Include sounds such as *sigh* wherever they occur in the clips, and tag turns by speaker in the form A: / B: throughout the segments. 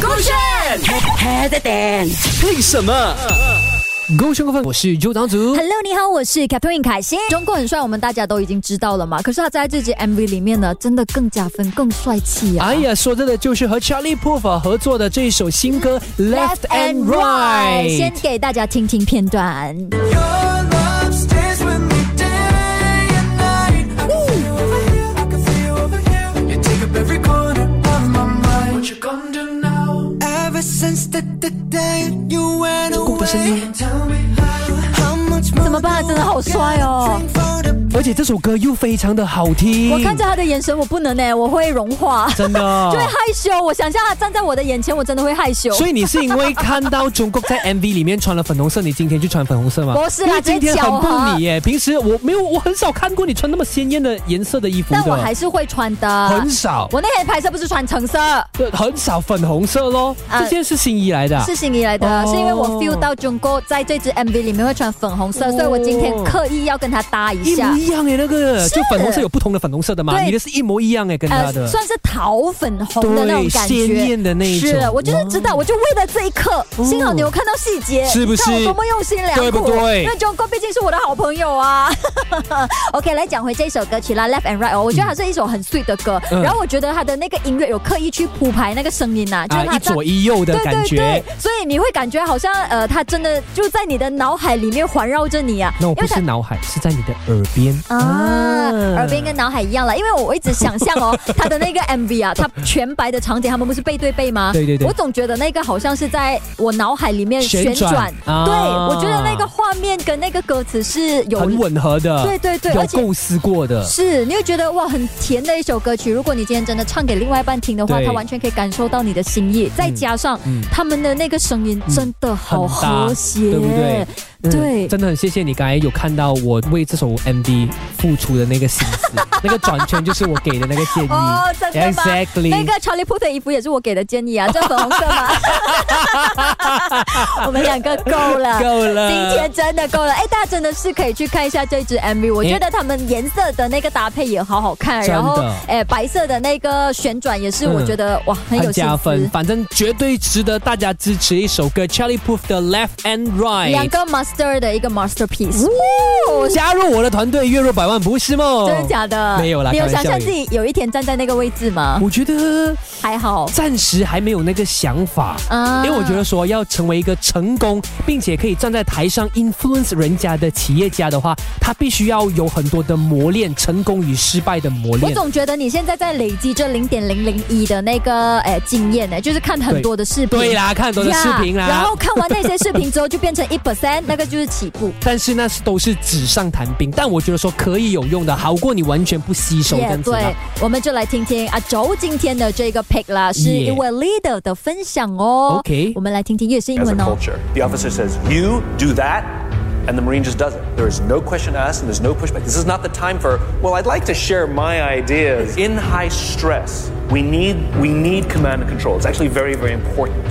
A: 勾选 h e d
B: 为什么？勾选过分，我是周长主。
C: Hello，你好，我是 Catherine 凯欣。中国很帅，我们大家都已经知道了嘛。可是他在这支 MV 里面呢，真的更加分，更帅气啊！
B: 哎呀，说真的，就是和 Charlie Puth 合作的这一首新歌《Left and Right》。
C: 先给大家听听片段。
D: Ever since the, the day you went away,
C: 怎么办？真的好帅哦！
B: 而且这首歌又非常的好听。
C: 我看着他的眼神，我不能哎、我会融化，
B: 真的
C: 就会害羞。我想象他站在我的眼前，我真的会害羞。
B: 所以你是因为看到中国在 MV 里面穿了粉红色，你今天就穿粉红色吗？
C: 不是啦
B: 因为今天很
C: 这是巧
B: 不
C: 合
B: 你耶。平时我没有，我很少看过你穿那么鲜艳的颜色的衣服的。
C: 但我还是会穿的。
B: 很少，
C: 我那天拍摄不是穿橙色，
B: 对很少粉红色咯。
C: 啊
B: 这件是新衣来的啊。
C: 是心仪来的，
B: 哦
C: 是因为我 feel 到 Jungkook 在这支 MV 里面会穿粉红色，
B: 哦
C: 所以我今天刻意要跟他搭一
B: 一
C: 下
B: 模。一样哎，那个就粉红色有不同的粉红色的嘛，
C: 对
B: 你的是一模一样哎，跟他的。
C: 呃算是桃粉红的那种感觉，
B: 对鲜艳的那一种哦
C: 是，我就是知道，我就为了这一刻，幸好你有看到细节，
B: 是不是
C: 你看我多么用心良苦，
B: 对不对
C: 因为 Jungkook 毕竟是我的好朋友啊。OK，来讲回这首歌曲啦，《Left and Right》哦，我觉得它是一首很 sweet 的歌，
B: 嗯
C: 然后我觉得它的那个音乐有刻意去铺排那个声音呐、就是
B: 啊，
C: 它
B: 一
C: 在
B: 左一右的
C: 对
B: 感
C: 对
B: 觉
C: 对，，所以你会感觉好像呃，它真的就在你的脑海里面环绕着你啊。
B: 那我不
C: 因为它
B: 是脑海，是在你的耳边
C: 啊，耳边跟脑海一样了，因为我一直想象
B: *laughs*
C: 哦，他的那个 MV 啊，他全白的场景，他们不是背对背吗？
B: 对对对
C: 我总觉得那个好像是在我脑海里面旋
B: 旋
C: 转
B: 转，啊
C: 对我觉得那个画面跟那个歌词是有
B: 很吻合的，
C: 对对对
B: 有啊
C: 而且
B: 构思过的。
C: 是，你会觉得哇，很甜的一首歌曲。如果你今天真的唱给另外一半听的话，
B: 对
C: 他完全可以感受到你的心意。再加上、
B: 嗯
C: 他们的那个声音真的好
B: 很搭
C: 和谐，
B: 对不对？嗯
C: 对
B: 真的很谢谢你刚才有看到我为这首 MV 付出的那个心
C: *laughs*
B: 思，那个转圈就是我给的那个建议。
C: 哦，真的吗
B: Exactly，
C: 那个 Charlie Puth 的衣服也是我给的建议啊，这粉红色
B: *laughs*
C: 吗？我们两个够了。
B: 够了。
C: 今天真的够了，哎，大家真的是可以去看一下这支 MV，我觉得他们颜色的那个搭配也好好看，
B: 真的
C: 然后哎，白色的那个旋转也是，
B: 嗯
C: 我觉得、哇很有
B: 很
C: 心
B: 加
C: 思
B: 分，反正绝对值得大家支持一首歌 Charlie Puth 的 Left and
C: 两
B: Right。
C: 个 master 的一个 masterpiece，、哦
B: 加入我的团队，月入百万，不是梦。
C: 真的假的？
B: 没有啦
C: 你有
B: 开玩
C: 想
B: 笑而
C: 象
B: 已
C: 自己有一天站在那个位置吗？
B: 我觉得
C: 还好
B: 暂时还没有那个想法。
C: 啊
B: 因为我觉得说要成为一个成功，并且可以站在台上 influence 人家的企业家的话，他必须要有很多的磨练，成功与失败的磨
C: 我
B: 练。
C: 总觉得你现在在累积这零点零零一的那个诶、经验呢、就是看很多的视频，
B: 对啦，看很多的视频
C: Yeah，然
B: 啦
C: 后，看完那些视频之后就变成一 percent，那个就是起步。
B: 但是那是都是纸上谈兵。但我觉得说可以有用的，好过你完全不吸收这样子啦。
C: 对，我们就来听听阿周今天的这个 pick 啦，是
B: Yeah
C: 一位 leader 的分享哦。
B: OK
C: 我们来听听粤式英
E: as a
C: 文哦。
E: culture. The officer says, you do that, and the Marine just does it. There is no question asked and there's no pushback. This is not the time for, well, I'd like to share my ideas. In high stress, we need, we need command and control. It's actually very, very important.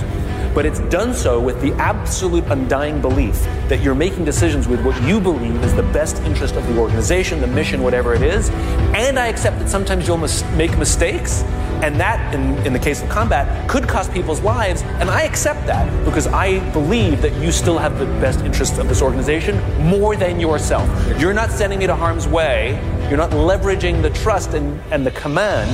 E: But it's done so with the absolute undying belief that you're making decisions with what you believe is the best interest of the organization, the mission, whatever it is. And I accept that sometimes you'll mis- make mistakes, and that, in, in the case of combat, could cost people's lives. And I accept that because I believe that you still have the best interests of this organization more than yourself. You're not sending me to harm's way. You're not leveraging the trust and, and the command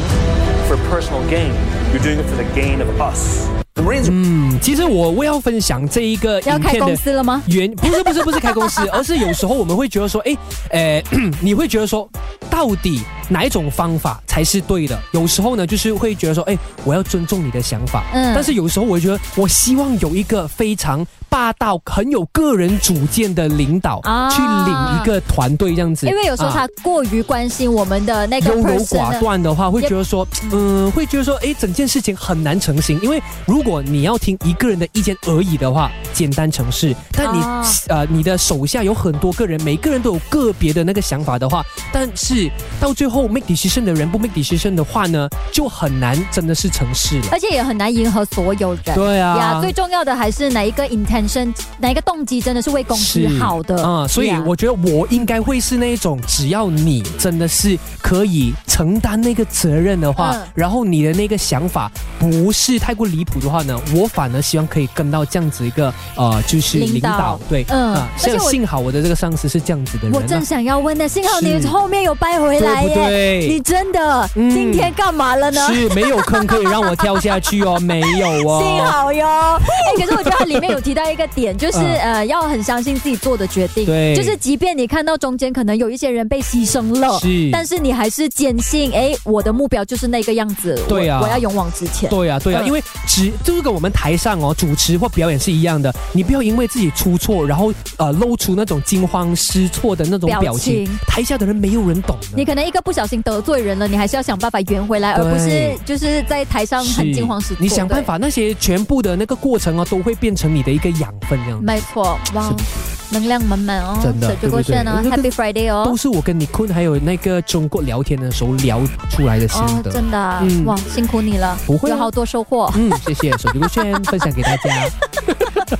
E: for personal gain. You're doing it for the gain of us. The Marines.
B: 嗯其实我我要分享这一个
C: 要
B: 影
C: 开
B: 片
C: 公
B: 的
C: 司了吗
B: 原不是不是不是开公司，而是有时候我们会觉得说，哎， *clears throat* 呃，你会觉得说，到底哪一种方法才是对的？有时候呢，就是会觉得说，哎，我要尊重你的想法，
C: 嗯
B: 嗯，但是有时候我会觉得，我希望有一个非常霸道、很有个人主见的领导、
C: 啊
B: 去领一个团队这样子，
C: 因为有时候他
B: 啊
C: 过于关心我们的那个
B: 优
C: person
B: 柔
C: 啊呢
B: 寡断的话，会觉得说，嗯，会觉得说，哎，整件事情很难成型。因为如果你要听一个人的意见而已的话，简单城市，但你、
C: 哦
B: 呃你的手下有很多个人，每个人都有个别的那个想法的话，但是到最后 make decision 的人不 make decision 的话呢，就很难真的是城市了。
C: 而且也很难迎合所有人。
B: 对啊
C: 哎呀最重要的还是哪一个 intention，哪一个动机真的是为公司
B: 是
C: 好的
B: 啊、所以
C: 呀
B: 我觉得我应该会是那一种，只要你真的是可以承担那个责任的话，
C: 嗯
B: 然后你的那个想法不是太过离谱的话呢，我反而希望可以跟到这样子一个呃，就是
C: 领
B: 领
C: 导
B: 导对，嗯，
C: 嗯而且
B: 幸、
C: 我
B: 幸好我的这个上司是这样子的人、
C: 我
B: 啊，
C: 正想要问呢，幸好你
B: 是
C: 后面有掰回来
B: 对不
C: 耶。
B: 对？
C: 你真的、
B: 嗯
C: 今天干嘛了呢？
B: 是没有坑可以让我跳下去哦，没有哦。
C: *laughs* 幸
B: *laughs*
C: 好哟。哎、可是我觉得它里面有提到一个点，就是、
B: 嗯
C: 呃，要很相信自己做的决定。
B: 对
C: 就是即便你看到中间可能有一些人被牺牲了，
B: 是
C: 但是你还是坚信，哎、我的目标就是那个样子。我
B: 对啊
C: 我要勇往直前。
B: 对呀、啊对呀、
C: 嗯
B: 因为只就是跟我们台上哦主持或表演是一样的，你不要因为自己出错，然后呃露出那种惊慌失措的那种
C: 表
B: 表情，
C: 情
B: 台下的人没有人懂啊
C: 你
B: 的。
C: 可能一个不小心得罪人了，你还是要想办法圆回来，而
B: 对
C: 不是就是在台上很惊慌失措。
B: 你想办
C: 对。
B: 法，那些全部的那个过程哦，都会变成你的一个养分，这样子。
C: 没错，哇
B: 嗯是，
C: 能量满满哦，
B: 真的
C: 水过炫哦
B: 对不
C: ，Happy
B: 对
C: Friday 哦
B: 都。是我跟你坤还有那个中国聊天的时候聊出来的心
C: 哦，
B: 得。
C: 真的啊、
B: 嗯
C: 哇，辛苦你了，
B: 不会啊
C: 有好多收获。
B: 嗯，谢谢手机路线分享给大家。